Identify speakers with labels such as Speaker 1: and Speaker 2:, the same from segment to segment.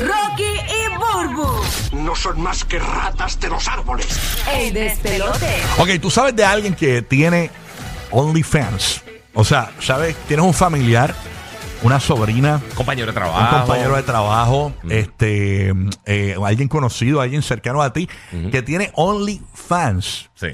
Speaker 1: Rocky y Burbu.
Speaker 2: No son más que ratas de los árboles.
Speaker 1: El despelote.
Speaker 3: Ok, tú sabes de alguien que tiene OnlyFans. O sea, ¿sabes? Tienes un familiar, una sobrina,
Speaker 4: Compañero de
Speaker 3: un
Speaker 4: trabajo.
Speaker 3: compañero de trabajo, este, eh, alguien conocido, alguien cercano a ti, que tiene OnlyFans.
Speaker 4: Sí.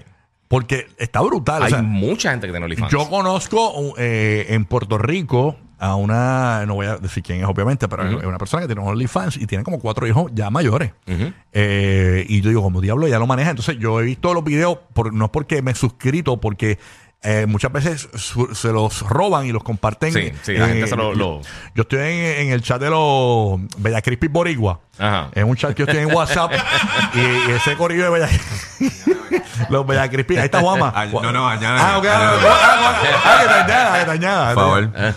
Speaker 3: Porque está brutal. o
Speaker 4: Hay
Speaker 3: sea,
Speaker 4: mucha gente que tiene OnlyFans.
Speaker 3: yo conozco un, eh, en Puerto Rico a una, no voy a decir quién es obviamente, pero es una persona que tiene un OnlyFans y tiene como cuatro hijos ya mayores. Eh, y yo digo, como diablo ya lo maneja. Entonces yo he visto los videos, por, no es porque me he suscrito, porque eh, muchas veces su- se los roban y los comparten. eh,
Speaker 4: Sí, sí, la gente se lo- lo-
Speaker 3: Yo estoy en, en el chat de los Bella Crispy Borigua.
Speaker 4: Ajá.
Speaker 3: Es un chat que yo estoy en WhatsApp y, y ese corillo de Bella Los Bella Crispy. Ahí está Juama.
Speaker 5: Ay, no, no, mañana.
Speaker 3: Ah, ok.
Speaker 5: Mañana.
Speaker 3: Ah, ok. Ah, que dañada, que dañada.
Speaker 5: Por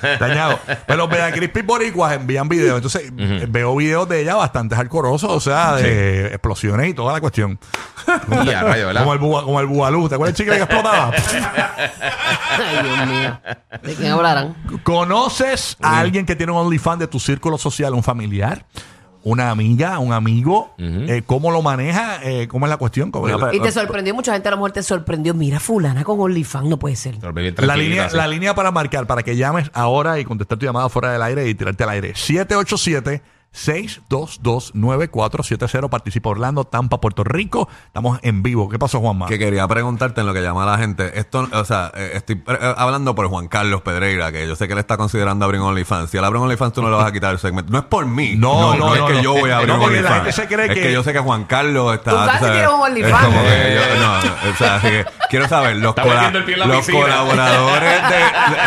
Speaker 5: favor.
Speaker 3: Dañado. Pero Bella Crispy Boricuas envían videos. Entonces, veo videos de ella bastante alcorosos, o sea, de explosiones y toda la cuestión.
Speaker 4: Y a rayo, ¿verdad?
Speaker 3: Como el, bua- como el Bugalú. ¿Te acuerdas el chicle que explotaba?
Speaker 6: Ay, Dios mío. ¿De quién hablarán?
Speaker 3: ¿Conoces a alguien que tiene un OnlyFans de tu círculo social, un familiar? Una amiga, un amigo, Eh, ¿cómo lo maneja? Eh, ¿Cómo es la cuestión? ¿Cómo-
Speaker 5: Mira,
Speaker 6: Y te sorprendió, mucha gente a lo mejor te sorprendió. Mira, fulana con OnlyFans, no puede ser.
Speaker 4: Pero
Speaker 3: La
Speaker 4: bien tranquilita,
Speaker 3: línea,
Speaker 4: así.
Speaker 3: la línea para marcar, para que llames ahora y contestar tu llamada fuera del aire y tirarte al aire. 787-622-9470. Participa Orlando, Tampa, Puerto Rico. Estamos en vivo. ¿Qué pasó, Juanma?
Speaker 5: Que quería preguntarte en lo que llama la gente. Esto, o sea, eh, estoy eh, hablando por Juan Carlos Pedreira, que yo sé que él está considerando abrir un OnlyFans. Si él abre un OnlyFans, tú no le vas a quitar el segmento. No es por mí.
Speaker 3: No, no,
Speaker 5: es
Speaker 3: no,
Speaker 5: que
Speaker 3: no.
Speaker 5: yo voy a abrir
Speaker 3: No,
Speaker 5: un
Speaker 3: porque la
Speaker 5: OnlyFans.
Speaker 3: gente se cree
Speaker 5: es
Speaker 3: que-
Speaker 5: que... yo sé que Juan Carlos está.
Speaker 6: Tú sabes que tiene un OnlyFans.
Speaker 5: es como que yo- no, no, o sea, así que quiero saber, los,
Speaker 4: Está
Speaker 5: cola-
Speaker 4: metiendo el pie en la
Speaker 5: los
Speaker 4: piscina.
Speaker 5: colaboradores de.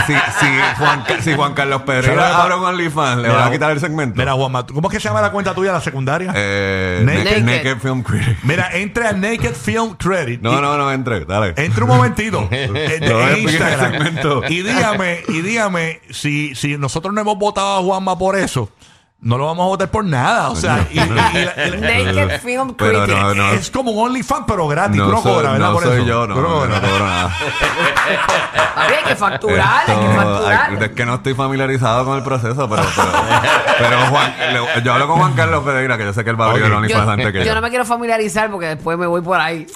Speaker 5: Si, si Juan, Ca- si Juan Carlos Pedreira abre un OnlyFans, ¿le
Speaker 3: Mira,
Speaker 5: vas a quitar el segmento?
Speaker 3: Mira, Juanma, ¿tú- ¿cómo es que se llama la cuenta tuya, la secundaria?
Speaker 5: eh,
Speaker 3: Naked.
Speaker 5: Naked.
Speaker 6: Naked.
Speaker 5: Naked Film Critic.
Speaker 3: Mira, entra a Naked Film Credit.
Speaker 5: No,
Speaker 3: y-
Speaker 5: no, no, entre, dale.
Speaker 3: Entra un momentito eh, de-
Speaker 5: No,
Speaker 3: en
Speaker 5: es porque
Speaker 3: Instagram
Speaker 5: ese segmento.
Speaker 3: y dígame, y dígame si, si nosotros no hemos votado a Juanma por eso, no lo vamos a votar por nada. O sea, y- y- y la- y la-
Speaker 6: Naked Film
Speaker 5: Pero
Speaker 6: Critic.
Speaker 5: no, no.
Speaker 3: Es como un OnlyFans, pero gratis.
Speaker 5: No,
Speaker 3: tú no
Speaker 5: soy,
Speaker 3: cobras, ¿verdad?
Speaker 5: no
Speaker 3: por
Speaker 5: soy
Speaker 3: eso.
Speaker 5: yo, no,
Speaker 3: Tú no
Speaker 5: no,
Speaker 3: cobras.
Speaker 5: no cobro nada.
Speaker 6: A ver, hay que facturar, hay que
Speaker 5: Esto- ay,
Speaker 6: facturar.
Speaker 5: es que no estoy familiarizado con el proceso, pero, pero, pero Juan, le- yo hablo con Juan Carlos Pereira, que yo sé que él va a abrir el OnlyFans antes
Speaker 6: Yo,
Speaker 5: que
Speaker 6: yo
Speaker 5: yo.
Speaker 6: no me quiero familiarizar porque después me voy por ahí.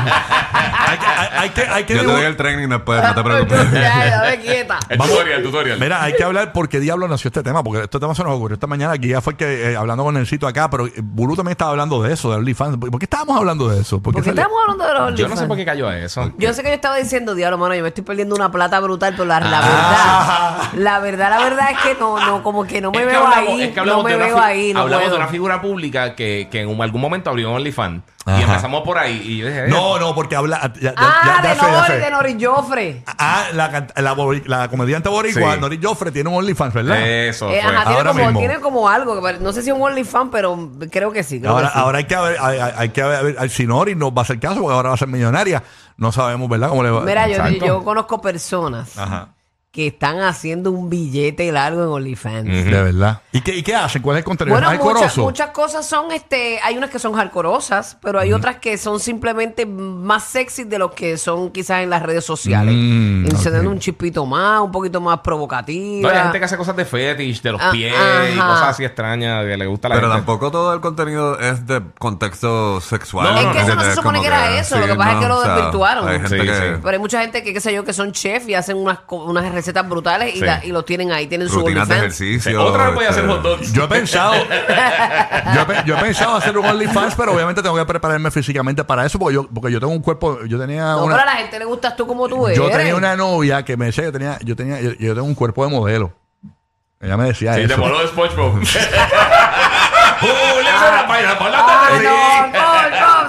Speaker 3: Hay que, hay, hay que, hay que
Speaker 5: Yo te
Speaker 3: dibu-
Speaker 5: doy el training después, no te preocupes.
Speaker 6: Ya, ya, ve quieta.
Speaker 4: El
Speaker 3: Vamos-
Speaker 4: tutorial, el tutorial.
Speaker 3: Mira, hay que hablar por qué diablo nació este tema, porque este tema se nos ocurrió esta mañana. Aquí ya fue que eh, hablando con Nelsito acá, pero eh, Bulu también estaba hablando de eso, de OnlyFans. ¿Por por qué estábamos hablando de eso? ¿Por qué
Speaker 6: ¿Por qué
Speaker 3: salió?
Speaker 6: estamos hablando de los
Speaker 4: Yo no sé
Speaker 6: OnlyFans?
Speaker 4: por qué cayó a eso.
Speaker 6: Yo sé que yo estaba diciendo, diablo, mano, yo me estoy perdiendo una plata brutal, pero la, la
Speaker 3: Ah.
Speaker 6: verdad, la verdad, la verdad es que no, no, como que no me
Speaker 4: Es que
Speaker 6: veo
Speaker 4: hablamos-
Speaker 6: ahí,
Speaker 4: es que
Speaker 6: no
Speaker 4: hablamos
Speaker 6: me
Speaker 4: de una
Speaker 6: veo
Speaker 4: fi-
Speaker 6: ahí, no
Speaker 4: Hablamos
Speaker 6: puedo.
Speaker 4: de una figura pública que, que en un- algún momento abrió un OnlyFans.
Speaker 3: Ajá.
Speaker 4: Y empezamos por ahí. Y yo dije, eh,
Speaker 3: No, no, porque habla. ya- ya-
Speaker 6: Ah,
Speaker 3: ya- ya
Speaker 6: de
Speaker 3: sé, ya
Speaker 6: Nori,
Speaker 3: sé.
Speaker 6: de Nori Joffre.
Speaker 3: Ah, la, cant- la, bori- la comediante boricua,
Speaker 4: Sí.
Speaker 3: Nori Joffre, tiene un OnlyFans, ¿verdad?
Speaker 4: Eso
Speaker 6: Eh,
Speaker 4: fue.
Speaker 6: ajá, tiene
Speaker 3: Ahora
Speaker 6: como,
Speaker 3: mismo.
Speaker 6: tiene como algo, que pare- no sé si es un OnlyFans, pero creo que sí. creo
Speaker 3: ahora,
Speaker 6: que sí.
Speaker 3: ahora hay que ver, hay, hay- hay que ver, a ver si Nori nos va a hacer caso, porque ahora va a ser millonaria. No sabemos, ¿verdad? ¿Cómo le va?
Speaker 6: Mira, yo,
Speaker 4: Exacto.
Speaker 6: yo conozco personas
Speaker 3: Ajá.
Speaker 6: que están haciendo un billete largo en OnlyFans.
Speaker 3: De verdad. ¿Y qué, ¿Y qué hacen? ¿Cuál es el contenido?
Speaker 6: Bueno,
Speaker 3: Mm. ¿Es
Speaker 6: muchas,
Speaker 3: alcoroso?
Speaker 6: muchas cosas son, este, hay unas que son hardcorosas, pero hay otras que son simplemente más sexy de lo que son quizás en las redes sociales.
Speaker 3: Mm,
Speaker 6: Encendiendo
Speaker 3: ok.
Speaker 6: un chispito más, un poquito más
Speaker 4: No,
Speaker 6: provocativa.
Speaker 4: hay gente que hace cosas de fetish, de los
Speaker 6: Ah,
Speaker 4: pies y
Speaker 6: ajá.
Speaker 4: cosas así extrañas que le gusta a la
Speaker 5: Pero
Speaker 4: gente.
Speaker 5: tampoco todo el contenido es de contexto sexual.
Speaker 4: No, no, Es que eso no
Speaker 5: ¿Entiendes?
Speaker 6: se
Speaker 5: Es
Speaker 6: supone
Speaker 5: como
Speaker 6: que era eso, lo que pasa es que lo
Speaker 5: o sea,
Speaker 6: desvirtuaron. Pues,
Speaker 5: Hay gente
Speaker 4: Sí,
Speaker 5: que.
Speaker 4: sí.
Speaker 6: Pero hay mucha gente que, qué sé yo, que son chefs y hacen unas, co- unas recetas brutales y,
Speaker 4: Sí.
Speaker 6: la- y los tienen ahí, tienen su
Speaker 5: Rutinas de
Speaker 6: OnlyFans.
Speaker 4: Sí,
Speaker 5: ejercicio.
Speaker 4: Eh, Otra vez voy a hacer
Speaker 5: este,
Speaker 4: hot dogs.
Speaker 3: Yo he pensado, yo, he, pe- yo he pensado hacer un OnlyFans, pero obviamente tengo que prepararme físicamente para eso, porque yo, porque yo tengo un cuerpo, yo tenía
Speaker 6: No,
Speaker 3: una,
Speaker 6: pero a la gente le gustas tú como tú eres.
Speaker 3: yo tenía una novia que me decía que tenía, yo tenía, yo, yo tengo un cuerpo de modelo. Ella me decía
Speaker 4: Sí,
Speaker 3: eso.
Speaker 4: te moló Eh, de SpongeBob. ¡Uh! ¡Le hizo una página! ¡Por la
Speaker 6: Ah,
Speaker 4: tarde!
Speaker 6: no, no,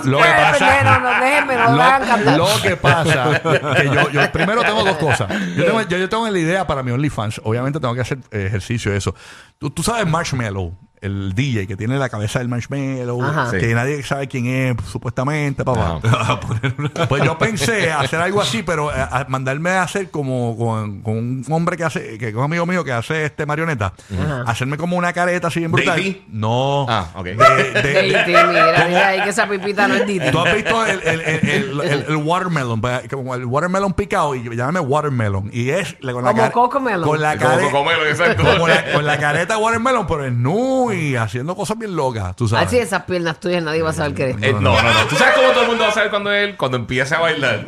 Speaker 6: no,
Speaker 3: Lo que
Speaker 6: déjenme,
Speaker 3: pasa-
Speaker 6: no, no, déjenme, no, hagan
Speaker 3: Lo,
Speaker 6: cantar.
Speaker 3: lo que pasa que yo, yo primero tengo dos cosas. Yo tengo, yo, yo tengo la idea para mi OnlyFans. Obviamente tengo que hacer eh, ejercicio de eso. Tú, tú sabes Marshmallow, el DJ que tiene la cabeza del marshmallow,
Speaker 6: Ajá.
Speaker 3: que
Speaker 4: Sí.
Speaker 3: nadie sabe quién es, supuestamente, papá.
Speaker 5: a poner una-
Speaker 3: Pues yo pensé hacer algo así, pero eh, a- mandarme a hacer como con, con un hombre que hace, que es un amigo mío que hace este marioneta, hacerme como una careta así bien brutal.
Speaker 4: ¿Didi?
Speaker 3: No.
Speaker 4: Ah, ok.
Speaker 3: De- de-
Speaker 6: Diti, mira, mira ahí que esa pipita no es Diti.
Speaker 3: Tú has visto el, el, el, el, el- el watermelon, pa- como el watermelon picado, y llámame watermelon. Y es la- con la
Speaker 6: Como
Speaker 3: cara-
Speaker 6: Cocomelon.
Speaker 3: Con la
Speaker 4: Como
Speaker 3: careta.
Speaker 4: Cocomelon, exacto.
Speaker 3: Con la, con la careta watermelon, pero es nu y haciendo cosas bien locas, tú sabes.
Speaker 6: Así Ah, esas piernas tuyas nadie va a saber qué eres.
Speaker 4: Eh, no, no, no. ¿Tú sabes cómo todo el mundo va a saber cuando él, cuando empiece a bailar?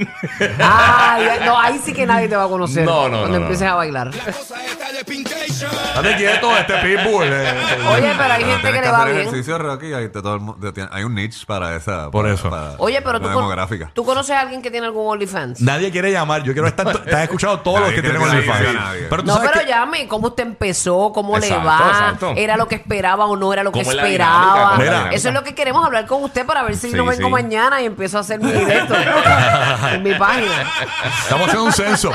Speaker 6: Ay, no, ahí sí que nadie te va a conocer
Speaker 4: No, no,
Speaker 6: cuando
Speaker 4: no, no.
Speaker 6: empieces a bailar.
Speaker 3: Estate quieto, este pitbull. eh.
Speaker 6: Oye, pero hay
Speaker 5: Pero
Speaker 6: gente
Speaker 5: tienes
Speaker 6: que le
Speaker 5: que
Speaker 6: va
Speaker 5: hacer
Speaker 6: bien.
Speaker 5: ejercicio, Rocky, ahí te- todo el mundo- te- hay un niche para esa.
Speaker 3: Por
Speaker 5: para-
Speaker 3: eso.
Speaker 5: para-
Speaker 6: Oye, pero tú,
Speaker 5: para
Speaker 6: con-
Speaker 5: demográfica.
Speaker 6: tú conoces a alguien que tiene algún OnlyFans.
Speaker 3: Nadie quiere llamar. Yo quiero estar. Te has escuchado todos los que
Speaker 5: Nadie quiere
Speaker 3: tenemos
Speaker 5: que
Speaker 3: en el
Speaker 5: le diga
Speaker 3: fan.
Speaker 5: a nadie.
Speaker 3: Pero tú
Speaker 6: No,
Speaker 3: sabes
Speaker 6: pero
Speaker 3: que-
Speaker 6: llame, cómo usted empezó, cómo le
Speaker 4: Exacto,
Speaker 6: va,
Speaker 4: exacto.
Speaker 6: era lo que esperaba o no era lo que
Speaker 4: ¿Cómo es la dinámica?
Speaker 6: esperaba.
Speaker 4: ¿Cómo
Speaker 3: es la
Speaker 6: Eso
Speaker 4: dinámica?
Speaker 6: es lo que queremos hablar con usted para ver si
Speaker 4: Sí,
Speaker 6: no vengo
Speaker 4: sí.
Speaker 6: mañana y empiezo a hacer mi directo en mi página.
Speaker 3: Estamos haciendo un censo.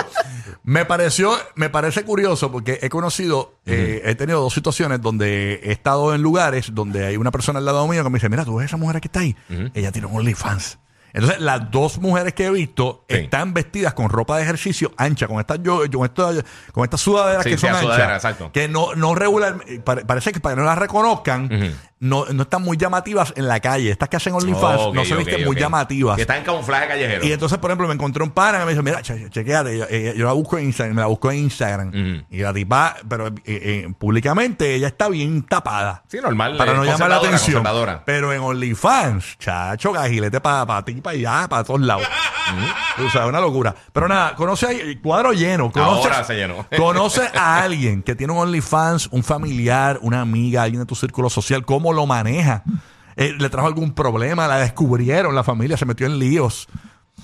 Speaker 3: Me pareció, me parece curioso porque he conocido, eh, he tenido dos situaciones donde he estado en lugares donde hay una persona al lado mío que me dice, mira, tú ves esa mujer que está ahí, ella tiene un OnlyFans. Entonces, las dos mujeres que he visto
Speaker 4: Sí.
Speaker 3: están vestidas con ropa de ejercicio ancha, con estas yo, yo- con estas- con estas sudaderas
Speaker 4: Sí,
Speaker 3: que
Speaker 4: sí,
Speaker 3: son
Speaker 4: las sudaderas,
Speaker 3: anchas,
Speaker 4: exacto.
Speaker 3: que no, no regular, eh, pare- parece que para que no las reconozcan, no, no están muy llamativas en la calle. Estas que hacen OnlyFans
Speaker 4: Ok,
Speaker 3: no se
Speaker 4: ok,
Speaker 3: visten
Speaker 4: ok.
Speaker 3: muy llamativas.
Speaker 4: Que está en camuflaje callejero.
Speaker 3: Y entonces, por ejemplo, me encontré un pana que me dice, mira, che- chequéate, yo, eh, yo la busco en Instagram, me la busco en Instagram.
Speaker 4: Ujú.
Speaker 3: Y la tipa, pero eh, eh, públicamente ella está bien tapada.
Speaker 4: Sí, normal,
Speaker 3: Para
Speaker 4: eh,
Speaker 3: no llamar la
Speaker 4: conservadora,
Speaker 3: atención.
Speaker 4: conservadora.
Speaker 3: Pero en OnlyFans, chacho, gajilete para ti, para allá, para todos lados.
Speaker 4: Mm.
Speaker 3: O sea, una locura. Pero nada, conoce ahí, el cuadro lleno. Conoce,
Speaker 4: Ahora se llenó.
Speaker 3: conoce a alguien que tiene un OnlyFans, un familiar, una amiga, alguien de tu círculo social, ¿cómo lo maneja? Eh, ¿Le trajo algún problema? ¿La descubrieron? ¿La familia se metió en líos?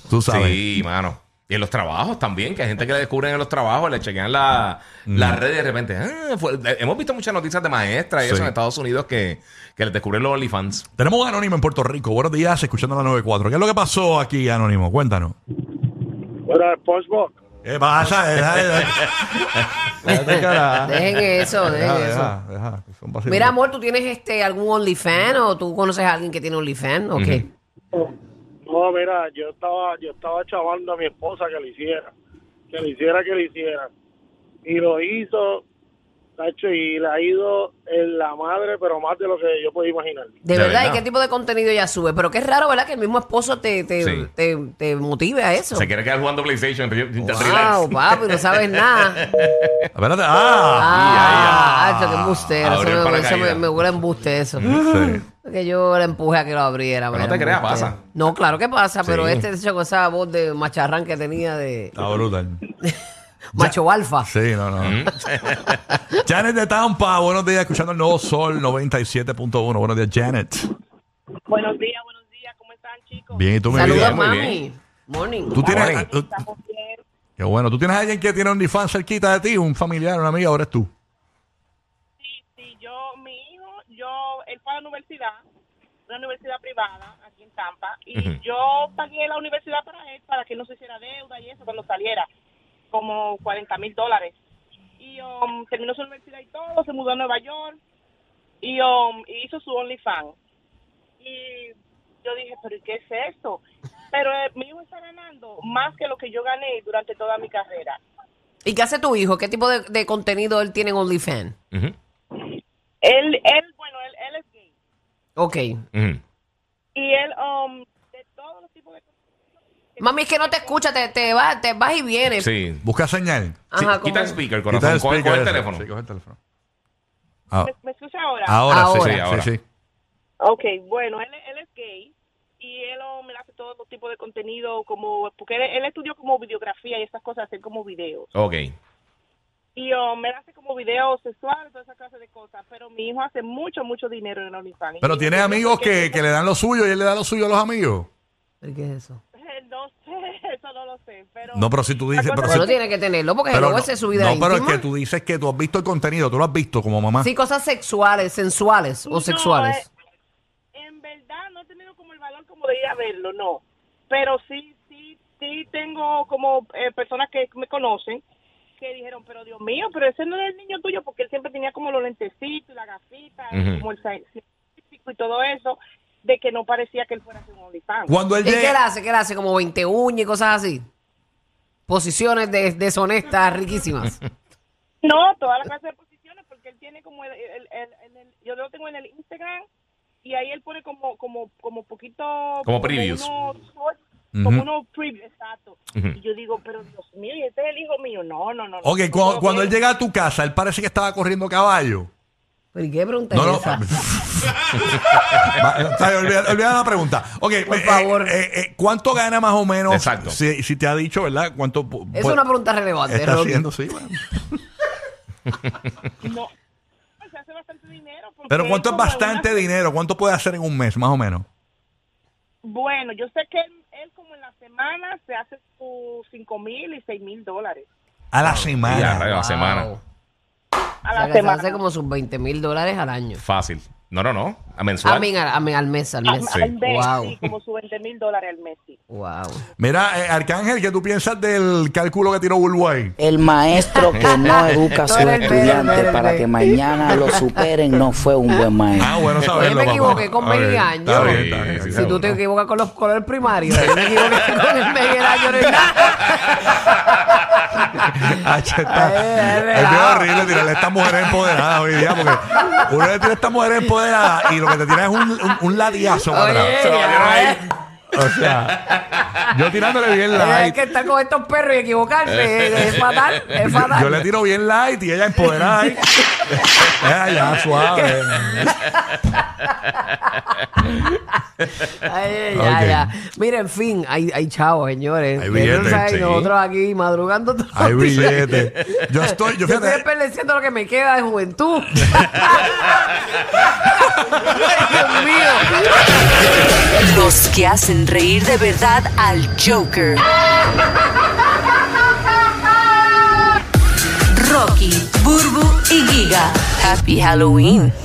Speaker 3: Tú sabes.
Speaker 4: Sí, mano. Y en los trabajos también, que hay gente que le descubren en los trabajos, le chequean la,
Speaker 3: Mm.
Speaker 4: la red y de repente. ah, fue- eh, hemos visto muchas noticias de maestras y
Speaker 3: Sí.
Speaker 4: eso en Estados Unidos que, que les descubren los OnlyFans.
Speaker 3: Tenemos un anónimo en Puerto Rico. Buenos días, escuchando la 94. ¿Qué es lo que pasó aquí, anónimo? Cuéntanos.
Speaker 7: Pero SpongeBob,
Speaker 3: ¿Qué pasa? Deja, deja. Déjate, cara.
Speaker 6: Dejen eso, dejen
Speaker 3: Deja,
Speaker 6: eso.
Speaker 3: deja, deja. Son vacilones.
Speaker 6: Mira, amor, ¿tú tienes este algún OnlyFans o tú conoces a alguien que tiene OnlyFans o qué?
Speaker 7: no, mira, yo estaba, yo estaba chavando a mi esposa que lo hiciera, que lo hiciera, que lo hiciera. Y lo hizo, Nacho, y le ha ido en la madre, pero más de lo que yo podía imaginar.
Speaker 6: De,
Speaker 4: De
Speaker 6: verdad, ¿y
Speaker 4: verdad.
Speaker 6: qué tipo de contenido ella sube? Pero qué raro, ¿verdad? Que el mismo esposo te, te,
Speaker 4: Sí.
Speaker 6: te, te motive a eso.
Speaker 4: Se quiere quedar jugando PlayStation. pero yo-
Speaker 6: Wow,
Speaker 4: relax.
Speaker 6: papi, no sabes nada.
Speaker 3: Espérate.
Speaker 4: Ah,
Speaker 3: Ah.
Speaker 6: Ah, ah, qué embustero. Eso
Speaker 4: Abrió el
Speaker 6: me, eso me,
Speaker 4: paracaídas.
Speaker 6: me huele a embuste eso.
Speaker 5: Sí.
Speaker 6: Que yo le empuje a que lo abriera.
Speaker 4: Pero no
Speaker 6: vaya
Speaker 4: te creas,
Speaker 6: embustero.
Speaker 4: pasa.
Speaker 6: No, claro que pasa, pero
Speaker 4: Sí.
Speaker 6: este hecho con esa voz de macharrán que tenía de
Speaker 3: Está brutal.
Speaker 6: macho alfa.
Speaker 3: Sí, no, no. Janet de Tampa, buenos días, escuchando el nuevo Sol 97.1. Buenos días, Janet.
Speaker 8: Buenos días, buenos días. ¿Cómo están, chicos?
Speaker 3: Bien, ¿y tú, mi
Speaker 6: Saludos,
Speaker 3: vida?
Speaker 4: muy
Speaker 6: mami.
Speaker 4: bien.
Speaker 6: Morning.
Speaker 3: ¿Tú tienes, tú-
Speaker 8: Estamos bien.
Speaker 3: qué bueno. ¿Tú tienes a alguien que tiene un fan cerquita de ti? ¿Un familiar, una amiga? Ahora es tú.
Speaker 8: Sí, sí, yo, mi hijo, yo, él fue a la universidad, una universidad privada aquí en Tampa, y
Speaker 4: Ujú.
Speaker 8: yo pagué la universidad para él, para que no se hiciera deuda y eso cuando saliera, como 40 mil dólares. Y um, terminó su universidad y todo, se mudó a Nueva York, y, um, y hizo su OnlyFans. Y yo dije, pero ¿y qué es esto? Pero eh, mi hijo está ganando más que lo que yo gané durante toda mi carrera.
Speaker 6: ¿Y qué hace tu hijo? ¿Qué tipo de, de contenido él tiene en OnlyFans?
Speaker 4: Ujú,
Speaker 8: Él, él bueno, él, él es gay.
Speaker 6: Ok.
Speaker 4: ujú.
Speaker 8: Y él, um, de todos los tipos de
Speaker 6: Mami, es que no te escucha, te, te, vas, te vas y vienes.
Speaker 4: Sí.
Speaker 3: Busca señal.
Speaker 4: Sí,
Speaker 6: Ajá, como-
Speaker 4: Quita el speaker, corazón.
Speaker 3: Quita el
Speaker 4: coge, coge el
Speaker 3: speaker ese.
Speaker 4: teléfono.
Speaker 3: Sí, coge el teléfono. Ah,
Speaker 8: ¿Me, me escucha ahora?
Speaker 3: ahora, sí,
Speaker 6: Ahora.
Speaker 3: sí,
Speaker 4: Ahora.
Speaker 3: sí, sí.
Speaker 8: Ok, bueno, él, él es gay y él um, él hace todo tipo de contenido, como porque él, él estudió como videografía y esas cosas, hacer como videos.
Speaker 4: Ok.
Speaker 8: Y um, él hace como videos sexuales, toda esa clase de cosas, pero mi hijo hace mucho, mucho dinero en OnlyFans.
Speaker 3: Pero
Speaker 8: Y
Speaker 3: tienes
Speaker 8: yo-
Speaker 3: amigos que,
Speaker 8: porque-
Speaker 3: que le dan lo suyo y él le da lo suyo a los amigos.
Speaker 6: ¿Qué es eso?
Speaker 8: No sé, eso no lo sé, pero...
Speaker 3: No, pero si tú dices,
Speaker 8: La
Speaker 3: pero
Speaker 8: cosa
Speaker 3: si-
Speaker 8: es
Speaker 6: Bueno, tiene que tenerlo porque
Speaker 3: Pero
Speaker 6: luego
Speaker 3: no,
Speaker 6: esa es su vida
Speaker 3: no, pero es
Speaker 6: íntima.
Speaker 3: que tú dices que tú has visto el contenido, tú lo has visto como mamá.
Speaker 6: Sí, cosas sexuales, sensuales o
Speaker 8: No,
Speaker 6: sexuales.
Speaker 8: eh, en verdad no he tenido como el valor como de ir a verlo, no. Pero sí, sí, sí tengo como eh, personas que me conocen que dijeron, pero Dios mío, pero ese no era el niño tuyo porque él siempre tenía como los lentecitos, y la gafita,
Speaker 4: Ujú.
Speaker 8: como el científico y todo eso, de que no parecía que él fuera a hacer un OnlyFans.
Speaker 3: Cuando él
Speaker 6: ¿Y qué le
Speaker 3: llega,
Speaker 6: hace? ¿Qué le hace? Como 20 uñas y cosas así. Posiciones de- deshonestas, riquísimas.
Speaker 8: No, toda la clase de posiciones, porque él tiene como el, el- el- el- el- yo lo tengo en el Instagram y ahí él pone como como como poquito
Speaker 4: Como previews.
Speaker 8: unos shorts,
Speaker 3: Ujú.
Speaker 8: como unos previews, exacto.
Speaker 4: Ujú.
Speaker 8: Y yo digo, pero Dios mío, ¿y este es el hijo mío. No, no, no. no.
Speaker 3: ok, cu-
Speaker 8: No
Speaker 3: cuando,
Speaker 8: puedo
Speaker 3: él
Speaker 8: creer.
Speaker 3: llega a tu casa, él parece que estaba corriendo caballo.
Speaker 6: ¿Pero y qué pregunta
Speaker 3: No, pues, no.
Speaker 6: es esa?
Speaker 3: Va, está bien, olvida, olvida la pregunta. Ok,
Speaker 6: Por
Speaker 3: eh,
Speaker 6: favor.
Speaker 3: eh, eh, ¿cuánto gana más o menos?
Speaker 4: Exacto.
Speaker 3: Si, si te ha dicho, ¿verdad? ¿Cuánto pu-
Speaker 6: Es
Speaker 3: puede-
Speaker 6: una pregunta relevante,
Speaker 3: está
Speaker 6: Rocky.
Speaker 3: haciendo? Sí, bueno.
Speaker 8: No. Pues se hace bastante dinero. porque
Speaker 3: Pero ¿cuánto es
Speaker 8: como
Speaker 3: bastante
Speaker 8: una-
Speaker 3: dinero? ¿Cuánto puede hacer en un mes, más o menos?
Speaker 8: Bueno, yo sé que él, él como en la semana se hace sus 5 mil y 6 mil dólares.
Speaker 3: A la
Speaker 4: Y
Speaker 3: semana.
Speaker 4: a la semana.
Speaker 8: A
Speaker 6: O sea,
Speaker 8: la
Speaker 6: que se
Speaker 8: semana.
Speaker 6: hace como sus 20 mil dólares al año.
Speaker 4: Fácil. No, no, no. A mensual.
Speaker 6: A mí, al, a mí, al mes, al
Speaker 8: Al-
Speaker 6: mes.
Speaker 8: al mes, sí,
Speaker 6: Wow.
Speaker 8: como sus 20 mil dólares al mes. sí.
Speaker 6: Wow.
Speaker 3: Mira, eh, Arcángel, ¿qué tú piensas del cálculo que tiró Uruguay?
Speaker 9: El maestro que no educa a
Speaker 6: Todo
Speaker 9: su
Speaker 6: el verde,
Speaker 9: estudiante
Speaker 6: verde.
Speaker 9: para que mañana lo superen no fue un buen maestro.
Speaker 3: Ah, bueno, saberlo,
Speaker 6: Oye, me
Speaker 3: papá.
Speaker 6: equivoqué con
Speaker 3: A ver,
Speaker 6: 20 años.
Speaker 3: Está bien, está
Speaker 4: Sí,
Speaker 3: bien.
Speaker 4: sí,
Speaker 6: Si tú
Speaker 4: seguro.
Speaker 6: te equivocas con los colores primarios, yo me equivoqué con el medio del año, no es nada.
Speaker 3: Ah, che, está-
Speaker 6: Ay, es
Speaker 3: es bien
Speaker 6: verdad.
Speaker 3: horrible tirarle a estas mujeres empoderadas hoy día, porque uno le tira a estas mujeres empoderadas y lo que te tira es un, un, un ladiazo para
Speaker 6: Oye,
Speaker 3: atrás.
Speaker 4: Se lo
Speaker 6: ya,
Speaker 4: valieron ahí.
Speaker 3: O sea, yo tirándole bien
Speaker 6: Hay
Speaker 3: light.
Speaker 6: que estar con estos perros y equivocarse. es- Es fatal, es
Speaker 3: Eh. Yo,
Speaker 6: fatal.
Speaker 3: yo le tiro bien light y ella empoderada. ahí. Ah, ya, suave.
Speaker 6: Ay, ay,
Speaker 3: Ok.
Speaker 6: ay, ay. Mira, en fin, hay, hay chavos, señores.
Speaker 3: Hay
Speaker 6: Ya tú
Speaker 3: billetes,
Speaker 6: sabes,
Speaker 3: sí.
Speaker 6: Nosotros aquí madrugando todos
Speaker 3: Hay
Speaker 6: los días.
Speaker 3: billete. Yo estoy, yo
Speaker 6: Yo estoy
Speaker 3: fíjate.
Speaker 6: desperdiciando lo que me queda de juventud. Ay, Dios mío.
Speaker 1: Los que hacen reír de verdad al Joker. Rocky, Burbu y Giga. Happy Halloween.